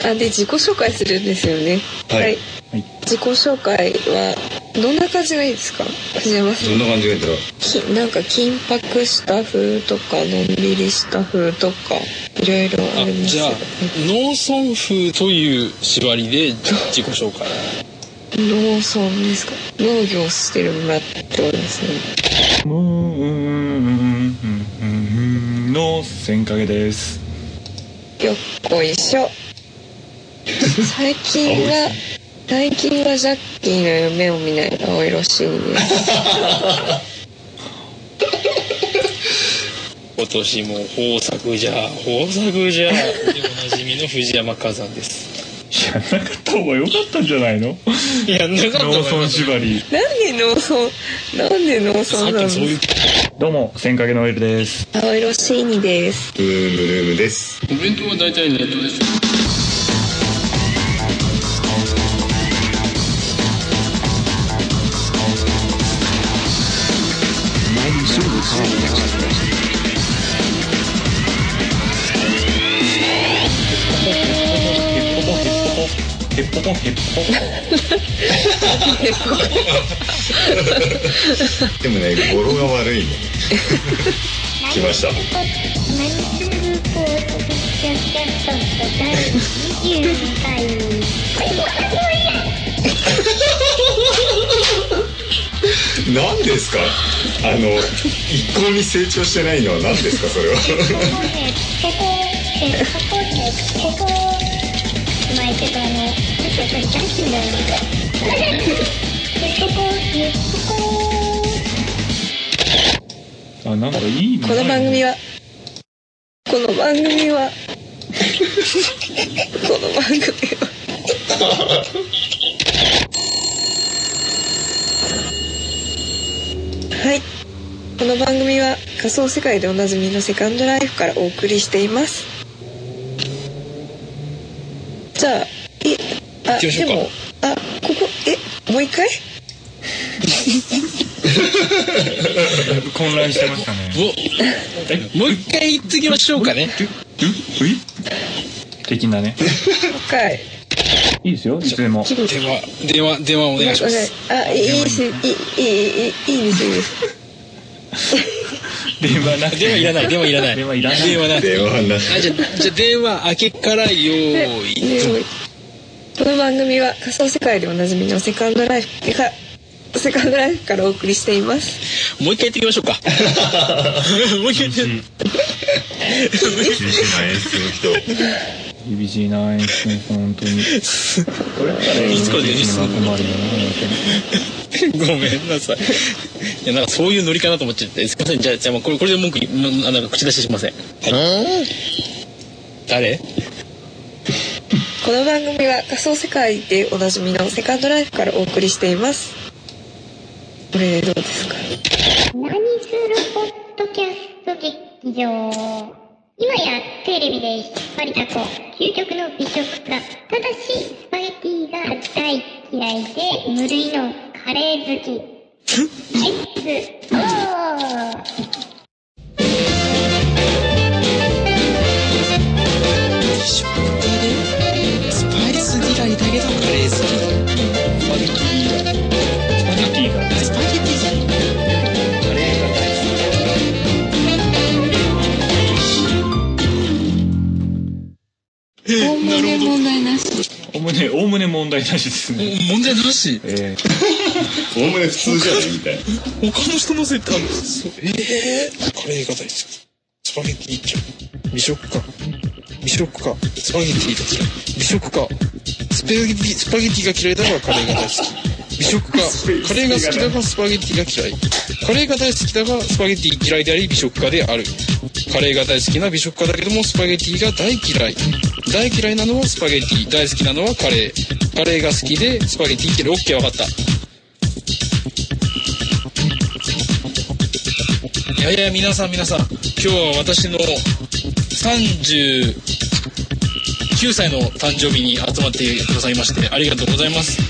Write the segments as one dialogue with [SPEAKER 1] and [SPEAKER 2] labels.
[SPEAKER 1] あで自己紹介するんですよね
[SPEAKER 2] はい
[SPEAKER 3] はい
[SPEAKER 1] 自己紹介はどんな感じがいいですか藤山さ
[SPEAKER 2] どんな感じがいいんだろうん
[SPEAKER 1] きなんか緊迫した風とかのんびりした風とかいろいろあ
[SPEAKER 4] あ
[SPEAKER 1] ります
[SPEAKER 4] じゃ
[SPEAKER 1] よ
[SPEAKER 4] あ
[SPEAKER 1] ね
[SPEAKER 4] 農村風という縛りで自己紹介
[SPEAKER 1] 農村ですか農業してる村ってことですね
[SPEAKER 3] もううんうんうんうんうんの千影です
[SPEAKER 1] よっこい しょ最近は最近はジャッキーの夢を見ない青色シーン です
[SPEAKER 4] 今年も豊作じゃ豊作じゃでおなじみの藤山火山です
[SPEAKER 3] やらなかった方が良かったんじゃないの
[SPEAKER 4] いやなかったか
[SPEAKER 3] 農
[SPEAKER 4] な
[SPEAKER 3] 村縛り
[SPEAKER 1] なんで農村なんで農
[SPEAKER 4] さ
[SPEAKER 1] 村
[SPEAKER 4] っ
[SPEAKER 1] なの
[SPEAKER 4] きそういう
[SPEAKER 3] どうも千影のエルです
[SPEAKER 1] 青色シーニです
[SPEAKER 2] ブームブルームです
[SPEAKER 4] コメントは大体ネットです
[SPEAKER 3] ヘッポコヘッポコ
[SPEAKER 2] でもね語呂が悪いね来ました
[SPEAKER 5] 何するこうとしちゃったんだ第20回
[SPEAKER 2] 何ですかあの一向に成長してないのは何ですかそれは
[SPEAKER 5] ここねここねここねここ巻いてたのちょっとジャッキーだよここねここ
[SPEAKER 3] あなんかいい
[SPEAKER 1] この番組
[SPEAKER 3] は
[SPEAKER 1] はこの番組 はこの番組ははいこの番組は仮想世界でおなじみのセカンドライフからお送りしていますじゃあいあ
[SPEAKER 4] 行きま
[SPEAKER 1] で
[SPEAKER 4] しょうか
[SPEAKER 1] もあここえもう一回
[SPEAKER 3] 混乱してましたね
[SPEAKER 4] おもう一回言っときましょうかね
[SPEAKER 3] ううい的なね
[SPEAKER 1] もう一回
[SPEAKER 3] いいですよいつでも
[SPEAKER 1] 気分
[SPEAKER 4] では電話電話お願いします
[SPEAKER 1] あ、いいです、いい、いい、いい、いいです、いいです。
[SPEAKER 3] 電話なく
[SPEAKER 4] 電話いらない電話いらない
[SPEAKER 3] 電話いらない
[SPEAKER 4] 電話ない
[SPEAKER 2] 電話なし
[SPEAKER 4] あじゃあじゃあ電話開けから用
[SPEAKER 1] で
[SPEAKER 4] 意
[SPEAKER 1] でこの番組は仮想世界でおなじみのセカンドライフてかセカンドライフからお送りしています。
[SPEAKER 4] もう一回言ってきましょうか もう一回言って
[SPEAKER 2] 厳しいな演出の人
[SPEAKER 3] 厳しいな演出ね本当にこれから
[SPEAKER 4] いつから演出するの
[SPEAKER 3] 困るよな
[SPEAKER 4] ごめんなさい。いや、なんかそういうノリかなと思っちゃって。すいません。じゃあ、じゃあもうこれ、これで文句言い、もうあなんか口出ししません。はい。誰
[SPEAKER 1] この番組は仮想世界でおなじみのセカンドライフからお送りしています。これどうですか
[SPEAKER 5] 何するポッドキャスト劇場今やテレビで引っ張りだこ究極の美食だただしスパゲティが大嫌いで無類のカレー好きはいおー
[SPEAKER 4] スパイス嫌いだけどカレー好き。
[SPEAKER 3] スパゲティが
[SPEAKER 4] スパゲティ嫌い。
[SPEAKER 6] おおむね問題なし
[SPEAKER 3] おおむねおおむね問題なしですね
[SPEAKER 4] 問題なし。
[SPEAKER 3] え
[SPEAKER 2] おおむね普通じゃないみたいな
[SPEAKER 4] 他の人のせたんです。えー、カレーが大好き。スパゲティ一丁。美食か。美食か。スパゲティだ嫌い。美食か。スパゲティ、スパゲティが嫌いだからカレーが大好き。美食か。カレーが好きだがスパゲティが嫌い。カレーが大好きだがスパゲティ嫌いであり美食家である。カレーが大好きな美食家だけどもスパゲティが大嫌い。大嫌いなのはスパゲティ、大好きなのはカレー。カレーが好きでスパゲティってるオッケーわかった。いやいや皆さん皆さん今日は私の39歳の誕生日に集まってくださいましてありがとうございます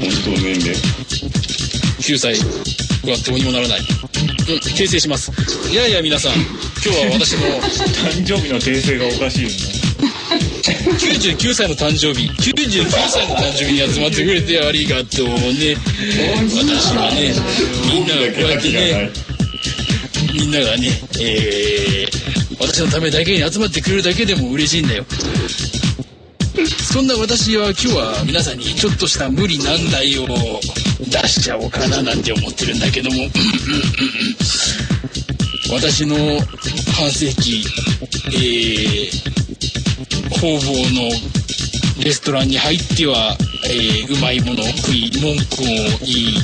[SPEAKER 2] 本当の年齢
[SPEAKER 4] 9歳はどうにもならない、うん、訂正しますいやいや皆さん今日は私の
[SPEAKER 3] ー誕生日の訂正がおかしいよね
[SPEAKER 4] 99歳の誕生日、99歳の誕生日に集まってくれてありがとうね。私はね、みんながこうやってね、みんながね、えー、私のためだけに集まってくれるだけでも嬉しいんだよ。そんな私は今日は皆さんにちょっとした無理難題を出しちゃおうかななんて思ってるんだけども、 私の半世紀、えー、方々のレストランに入っては、えーうまいものを食い、文句を言い、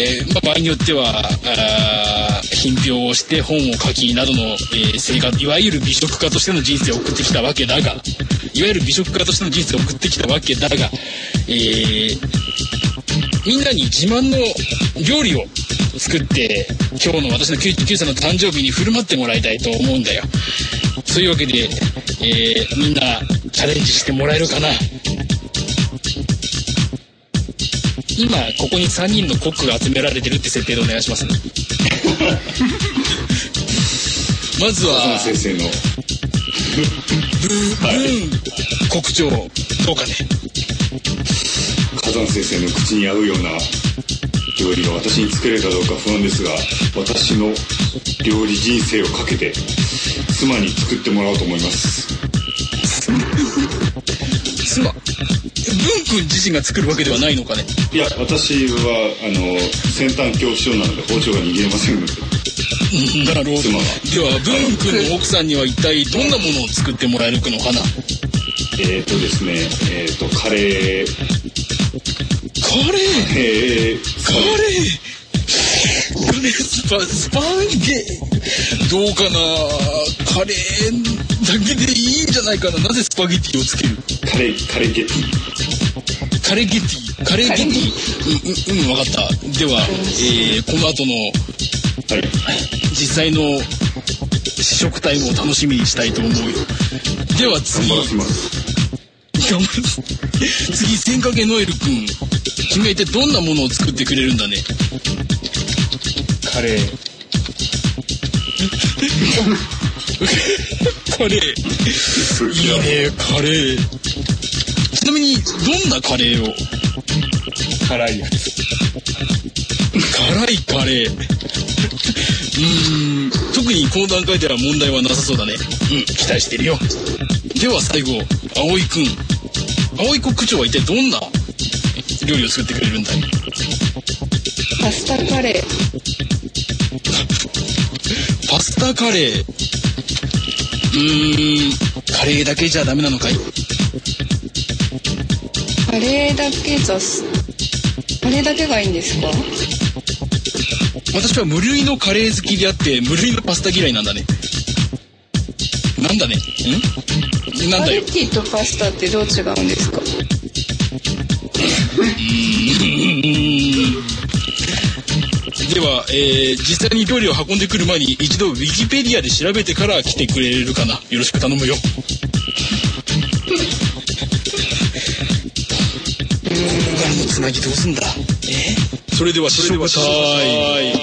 [SPEAKER 4] えーまあ、場合によっては、あー品評をして本を書きなどの、えー生活、いわゆる美食家としての人生を送ってきたわけだが、いわゆる美食家としての人生を送ってきたわけだが、えーみんなに自慢の料理を作って、今日の私の99歳の誕生日に振る舞ってもらいたいと思うんだよ。そういうわけで、えーみんなチャレンジしてもらえるかな今、ここに3人のコックが集められてるって設定でお願いしますね。まずは、
[SPEAKER 2] 先生の
[SPEAKER 4] うん、国長、どうかね。
[SPEAKER 2] 火山先生の口に合うような料理が私に作れるかどうか不安ですが私の料理人生をかけて妻に作ってもらおうと思います
[SPEAKER 4] すまん。文君自身が作るわけではないのかね。
[SPEAKER 2] いや私はあの先端恐怖症なので包丁が握れませんので
[SPEAKER 4] なるほど。で
[SPEAKER 2] 妻は
[SPEAKER 4] は、文君の奥さんには一体どんなものを作ってもらえるのかな
[SPEAKER 2] えっ、ー、とですねえっ、ー、とカレー
[SPEAKER 4] カレー
[SPEAKER 2] カレー
[SPEAKER 4] カレーカレースパ、スパンゲどうかなカレーだけでいいんじゃないかななぜスパゲティをつける
[SPEAKER 2] カレーカレーゲティ
[SPEAKER 4] カレーゲティカレーゲティうん、うん、うん、わかった。では、えー、この後の
[SPEAKER 2] はい
[SPEAKER 4] 実際の試食タイムを楽しみにしたいと思うよ。では次、
[SPEAKER 2] 頑張らせます
[SPEAKER 4] 頑張る次、千景ノエル君。君は一体どんなものを作ってくれるんだね
[SPEAKER 3] カレー
[SPEAKER 4] カレー。いいね、カレー。ちなみに、どんなカレーを
[SPEAKER 3] 辛いやつ
[SPEAKER 4] 辛いカレー。うーん、特にこの段階では問題はなさそうだね。うん、期待してるよ。では最後、葵くん。葵国長は一体どんな料理を作ってくれるんだい
[SPEAKER 1] パスタカレー
[SPEAKER 4] パスタカレー。うーん、カレーだけじゃダメなのかい
[SPEAKER 1] カレーだけじゃすカレーだけがいいんですか
[SPEAKER 4] 私は無類のカレー好きであって無類のパスタ嫌いなんだねなんだねんなん
[SPEAKER 1] パ
[SPEAKER 4] だ
[SPEAKER 1] ゲ
[SPEAKER 4] よ
[SPEAKER 1] ティとパスタってどう違うんですか
[SPEAKER 4] では、えー、実際に料理を運んでくる前に一度ウィキペディアで調べてから来てくれるかなよろしく頼むよここからのつなぎどうすんだえそれでは試食タイ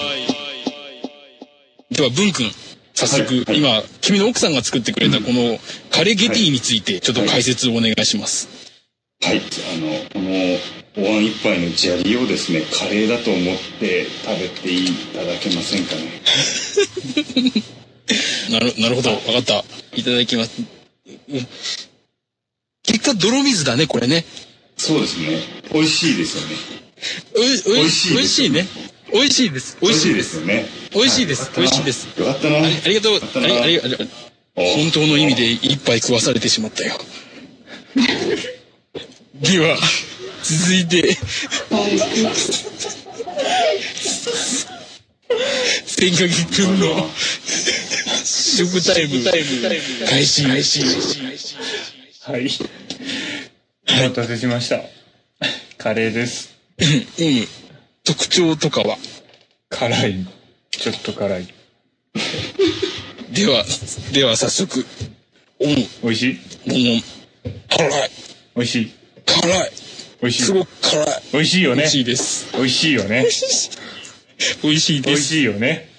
[SPEAKER 4] ムでは文君早速、
[SPEAKER 2] はい
[SPEAKER 4] 今君の奥さんが作ってくれたこのカレゲティについてちょっと解説をお願いします、
[SPEAKER 2] はい、あの、このお椀一杯の砂利をですね、カレーだと思って食べていただけませんかね。
[SPEAKER 4] なる、なるほど。わかった。いただきます。うん結果、泥水だね、これね。
[SPEAKER 2] そうですね。美味しいですよね。
[SPEAKER 4] おい、おい、
[SPEAKER 2] 美味しいです
[SPEAKER 4] 美味しいね。美味しいです。美味しいです。
[SPEAKER 2] すよね。
[SPEAKER 4] 美味しいです。美味しいです。
[SPEAKER 2] よかったな。
[SPEAKER 4] ありありがとう
[SPEAKER 2] よかっ。た
[SPEAKER 4] あ
[SPEAKER 2] な
[SPEAKER 4] り、あり、あり本当の意味で一杯食わされてしまったよ。 では、続いて、千景くんの試食タイム、開始、開始。
[SPEAKER 3] はいお待たせしましたカレーです
[SPEAKER 4] うん。特徴とかは。
[SPEAKER 3] 辛いちょっと辛い
[SPEAKER 4] では、では早速。おん、
[SPEAKER 3] 美味しい
[SPEAKER 4] おんおん。辛い。
[SPEAKER 3] 美味しい
[SPEAKER 4] 辛い。
[SPEAKER 3] 美味し
[SPEAKER 4] す
[SPEAKER 3] い
[SPEAKER 4] ごく辛い。
[SPEAKER 3] 美味しいよ
[SPEAKER 4] 美
[SPEAKER 3] ね
[SPEAKER 4] 味しいです。
[SPEAKER 3] 美味しいよね
[SPEAKER 4] 美味しい
[SPEAKER 3] 美
[SPEAKER 4] で
[SPEAKER 3] 味
[SPEAKER 4] す。
[SPEAKER 3] しいよね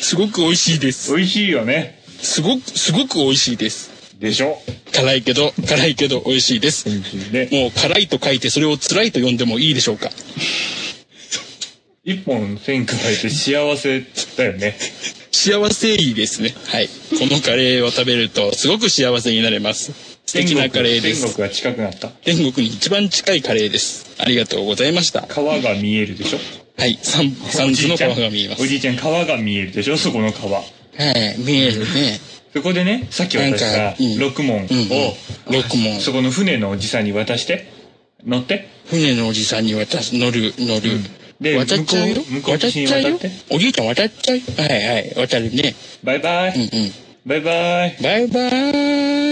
[SPEAKER 4] すごく美味しいです。
[SPEAKER 3] 美味しいよね
[SPEAKER 4] すごく、すごく美味しいです。
[SPEAKER 3] でしょ
[SPEAKER 4] 辛いけど、辛いけど美味しいです。
[SPEAKER 3] で、
[SPEAKER 4] もう辛いと書いてそれを辛いと読んでもいいでしょうか。
[SPEAKER 3] 一本線加えて幸せだよね。
[SPEAKER 4] 幸せいいですね。はい。このカレーを食べるとすごく幸せになれます。素敵なカレーで
[SPEAKER 3] 天
[SPEAKER 4] す。
[SPEAKER 3] 国が近くなった。
[SPEAKER 4] 天国に一番近いカレーです。ありがとうございました。
[SPEAKER 3] 川が見えるでしょ
[SPEAKER 4] はい。サン、サンズの川が見えます
[SPEAKER 3] お。じいちゃん川が見えるでしょそこの川。
[SPEAKER 4] はい。見えるね。
[SPEAKER 3] そこでね、さっき私
[SPEAKER 4] なん
[SPEAKER 3] が
[SPEAKER 4] かうん
[SPEAKER 3] 六門を、
[SPEAKER 4] うんうん六門
[SPEAKER 3] そこの船のおじさんに渡して、乗って。
[SPEAKER 4] 船のおじさんに渡す、乗る、乗る。
[SPEAKER 3] で
[SPEAKER 4] 渡っちゃうよ
[SPEAKER 3] 向こう向。こう
[SPEAKER 4] 渡っちゃう
[SPEAKER 3] 岸に渡
[SPEAKER 4] よ
[SPEAKER 3] って。
[SPEAKER 4] おじいちゃん渡っちゃうよ。はいはい。渡るね。
[SPEAKER 3] バイバイ、
[SPEAKER 4] うんうん。
[SPEAKER 3] バイバイ。
[SPEAKER 4] バイバ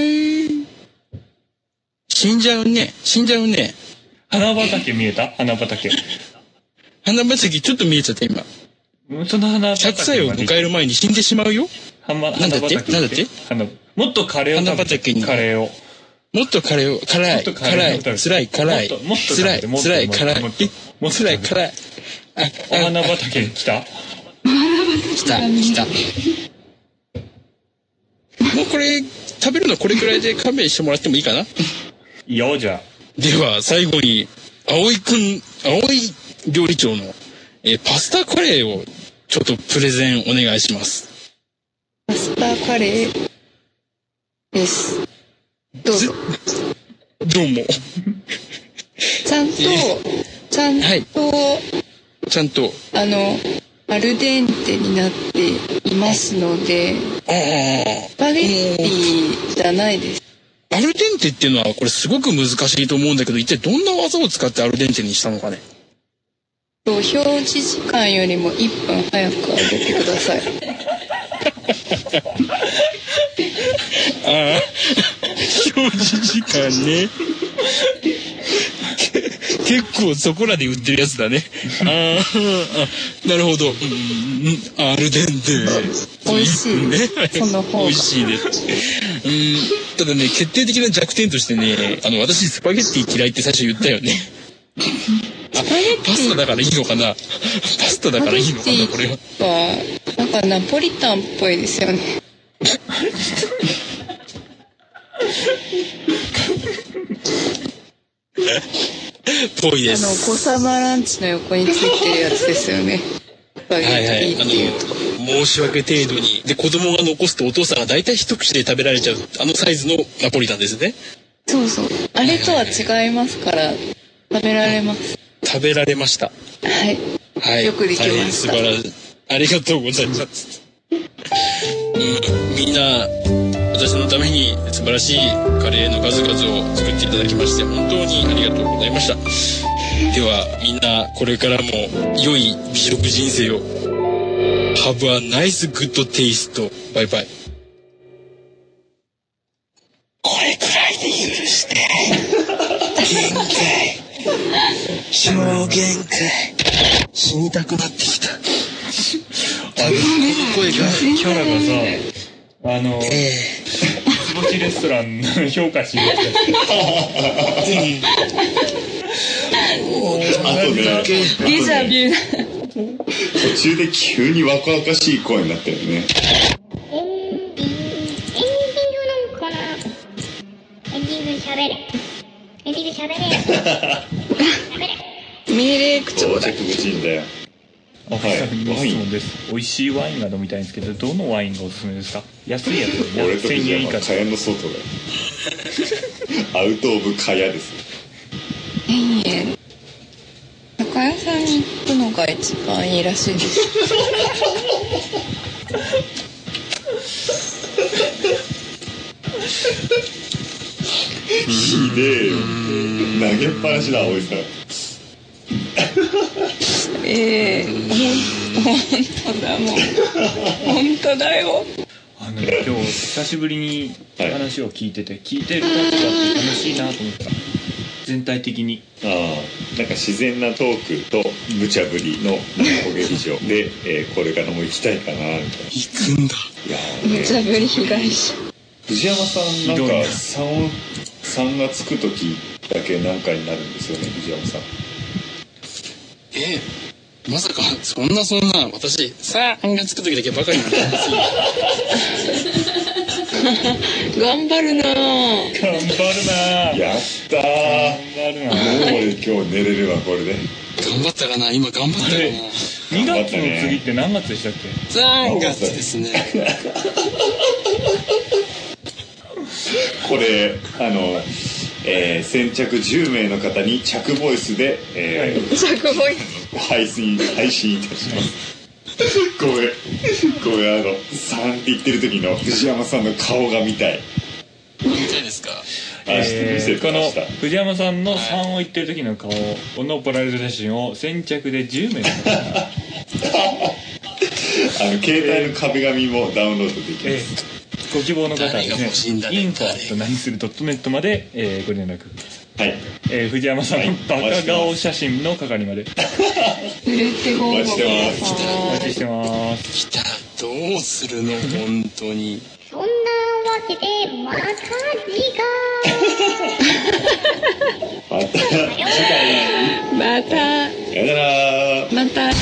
[SPEAKER 4] イ。死んじゃうね。死んじゃうね。
[SPEAKER 3] 花畑見えた花畑。
[SPEAKER 4] 花畑ちょっと見えちゃった今。
[SPEAKER 3] うんその花畑
[SPEAKER 4] 100歳を
[SPEAKER 3] まで
[SPEAKER 4] 迎える前に死んでしまうよ。
[SPEAKER 3] 花
[SPEAKER 4] なんだって
[SPEAKER 3] 花畑
[SPEAKER 4] なんだって
[SPEAKER 3] 花もっとカレーを食
[SPEAKER 4] 花
[SPEAKER 3] べて
[SPEAKER 4] 畑に
[SPEAKER 3] カレーを。
[SPEAKER 4] もっとカレーを、辛
[SPEAKER 3] もっ
[SPEAKER 4] い、
[SPEAKER 3] とカレ
[SPEAKER 4] 辛
[SPEAKER 3] ーを
[SPEAKER 4] い、
[SPEAKER 3] 食べて
[SPEAKER 4] 辛い、辛い、
[SPEAKER 3] もっともっと食
[SPEAKER 4] 辛
[SPEAKER 3] べ
[SPEAKER 4] い、
[SPEAKER 3] てもっと
[SPEAKER 4] 辛い、
[SPEAKER 3] もっと
[SPEAKER 4] 辛い
[SPEAKER 3] もっと、もっと
[SPEAKER 4] 辛い、辛い。あ、
[SPEAKER 3] お
[SPEAKER 4] あ、
[SPEAKER 3] 花畑に来た
[SPEAKER 4] 来た、来た。もうこれ、食べるのこれくらいで勘弁してもらってもいいかな
[SPEAKER 3] いいよ、じゃあ。
[SPEAKER 4] では、最後に、葵くん、葵料理長の、えーパスタカレーを、ちょっとプレゼンお願いします。
[SPEAKER 1] パスタカレーですどうぞ
[SPEAKER 4] どうも。
[SPEAKER 1] ちゃんとちゃんと、
[SPEAKER 4] はいちゃんと、
[SPEAKER 1] あのアルデンテになっていますので
[SPEAKER 4] あ
[SPEAKER 1] スパゲッティじゃないです
[SPEAKER 4] あ、アルデンテっていうのは、これすごく難しいと思うんだけど、一体どんな技を使ってアルデンテにしたのかね
[SPEAKER 1] と表示時間よりも1分早く揚げてください
[SPEAKER 4] 表示時間ね。け結構そこらで売ってるやつだね。あーあ、なるほど。うんうんアルデンテ。
[SPEAKER 1] 美味しい
[SPEAKER 4] ね。
[SPEAKER 1] その方が
[SPEAKER 4] 美味しいです。うん。ただね、決定的な弱点としてね、あの、私スパゲッティ嫌いって最初言ったよね。あ、パスタだからいいのかなパスタだからいいのかなこれは。
[SPEAKER 1] スパゲッティはなんかナポリタンっぽいですよね
[SPEAKER 4] 遠いで
[SPEAKER 1] あの「
[SPEAKER 4] す。
[SPEAKER 1] 子様ランチ」の横についてるやつですよねスパゲ
[SPEAKER 4] はいは
[SPEAKER 1] ッ
[SPEAKER 4] い。
[SPEAKER 1] ティ
[SPEAKER 4] あ
[SPEAKER 1] っていう
[SPEAKER 4] の、申し訳程度に。で、子供が残すとお父さんが大体一口で食べられちゃう、あのサイズのナポリタンですね。
[SPEAKER 1] そうそうあれとは違いますから食べられます
[SPEAKER 4] 食べられました。
[SPEAKER 1] はい
[SPEAKER 4] はい。
[SPEAKER 1] よくできました
[SPEAKER 4] 大変素晴らしい。ありがとうございます。うん、みんな、私のために素晴らしいカレーの数々を作っていただきまして、本当にありがとうございました。では、みんな、これからも良い美食人生を。Have a nice good taste. バイバイ。これくらいで許して。限 界。超限界。死にたくなって きた。声が。
[SPEAKER 3] キャラがさ、あの、
[SPEAKER 4] え
[SPEAKER 3] つぼちレストランの評価しようと して
[SPEAKER 2] あとね
[SPEAKER 1] デジャビュー
[SPEAKER 2] 途中で急に若々しい声になったよね
[SPEAKER 5] エンディング、エンディングなのかなエンディング喋れ。エンディング喋れ。喋れ。
[SPEAKER 1] 命令口
[SPEAKER 2] 到着口んだよ
[SPEAKER 3] お
[SPEAKER 2] は
[SPEAKER 3] 客
[SPEAKER 2] い
[SPEAKER 3] さんに質問です美味しいワインが飲みたいんですけどどのワインがおすすめですか安いやつで
[SPEAKER 2] 俺と
[SPEAKER 3] 1000円以
[SPEAKER 2] ピ
[SPEAKER 3] 下
[SPEAKER 2] は蚊
[SPEAKER 3] で
[SPEAKER 2] 帳の外だよアウト・オブ・蚊帳です
[SPEAKER 1] いいえ高屋さんに行くのが一番いいらしいです
[SPEAKER 2] ひでえよ投げっぱなしだ葵さん
[SPEAKER 1] ええほん本当だもう 本当だよ
[SPEAKER 3] あの今日久しぶりに
[SPEAKER 2] はい
[SPEAKER 3] 話を聞いてて聞いてる立場って楽しいなと思った全体的に
[SPEAKER 2] ああなんか自然なトークと無茶ぶりの焦げ以上で、えーこれからも行きたいかなみたいな
[SPEAKER 4] 行くんだ。
[SPEAKER 2] いやー
[SPEAKER 1] 無
[SPEAKER 2] ね
[SPEAKER 1] 茶ぶり被害者
[SPEAKER 2] 藤山さんなん
[SPEAKER 3] ひどい
[SPEAKER 2] か
[SPEAKER 3] な
[SPEAKER 2] 三を三がつく時だけ何回になるんですよね藤山さん
[SPEAKER 4] ええ。まさか、そんなそんな、私、さあ、がつく時だけバカになるんですよ。
[SPEAKER 6] 頑張るなぁ
[SPEAKER 3] 頑張るな
[SPEAKER 2] やったー
[SPEAKER 3] 頑張るな
[SPEAKER 2] もう俺今日寝れるわこれで
[SPEAKER 7] 頑張ったかな今頑張った
[SPEAKER 3] で
[SPEAKER 7] か
[SPEAKER 3] 2月の次って何月でしたっけ
[SPEAKER 7] な3月ですね
[SPEAKER 2] これあの、えー先着10名の方に着ボイスで、えー
[SPEAKER 1] 着ボイ
[SPEAKER 2] 配信配信いたしますごめんごめんあの「3」って言ってる時の藤山さんの顔が見たい
[SPEAKER 7] 見たいですか
[SPEAKER 2] あして見せ
[SPEAKER 3] こ
[SPEAKER 2] てま
[SPEAKER 3] の
[SPEAKER 2] した、
[SPEAKER 3] 藤山さんの3を言ってる時の顔のポラレル写真を先着で10名の方に
[SPEAKER 2] あの携帯の壁紙もダウンロードできま
[SPEAKER 3] え
[SPEAKER 2] す、
[SPEAKER 3] えご希望の方は
[SPEAKER 7] 誰が欲
[SPEAKER 3] です
[SPEAKER 7] しいんだ
[SPEAKER 3] ね、
[SPEAKER 7] ね
[SPEAKER 3] インフォと何するドットネットまで、えーご連絡ください。
[SPEAKER 2] はい
[SPEAKER 3] えー藤山さんのバカ顔写真の係まで
[SPEAKER 6] 売れてご
[SPEAKER 2] お
[SPEAKER 6] 応募
[SPEAKER 2] 待ちしてま
[SPEAKER 7] 来た
[SPEAKER 3] お待ちしてます。
[SPEAKER 7] 来たどうするの本当に
[SPEAKER 5] そんなわけで、また次
[SPEAKER 2] す
[SPEAKER 5] 回
[SPEAKER 2] また次回
[SPEAKER 6] また
[SPEAKER 2] さよなら
[SPEAKER 6] また明日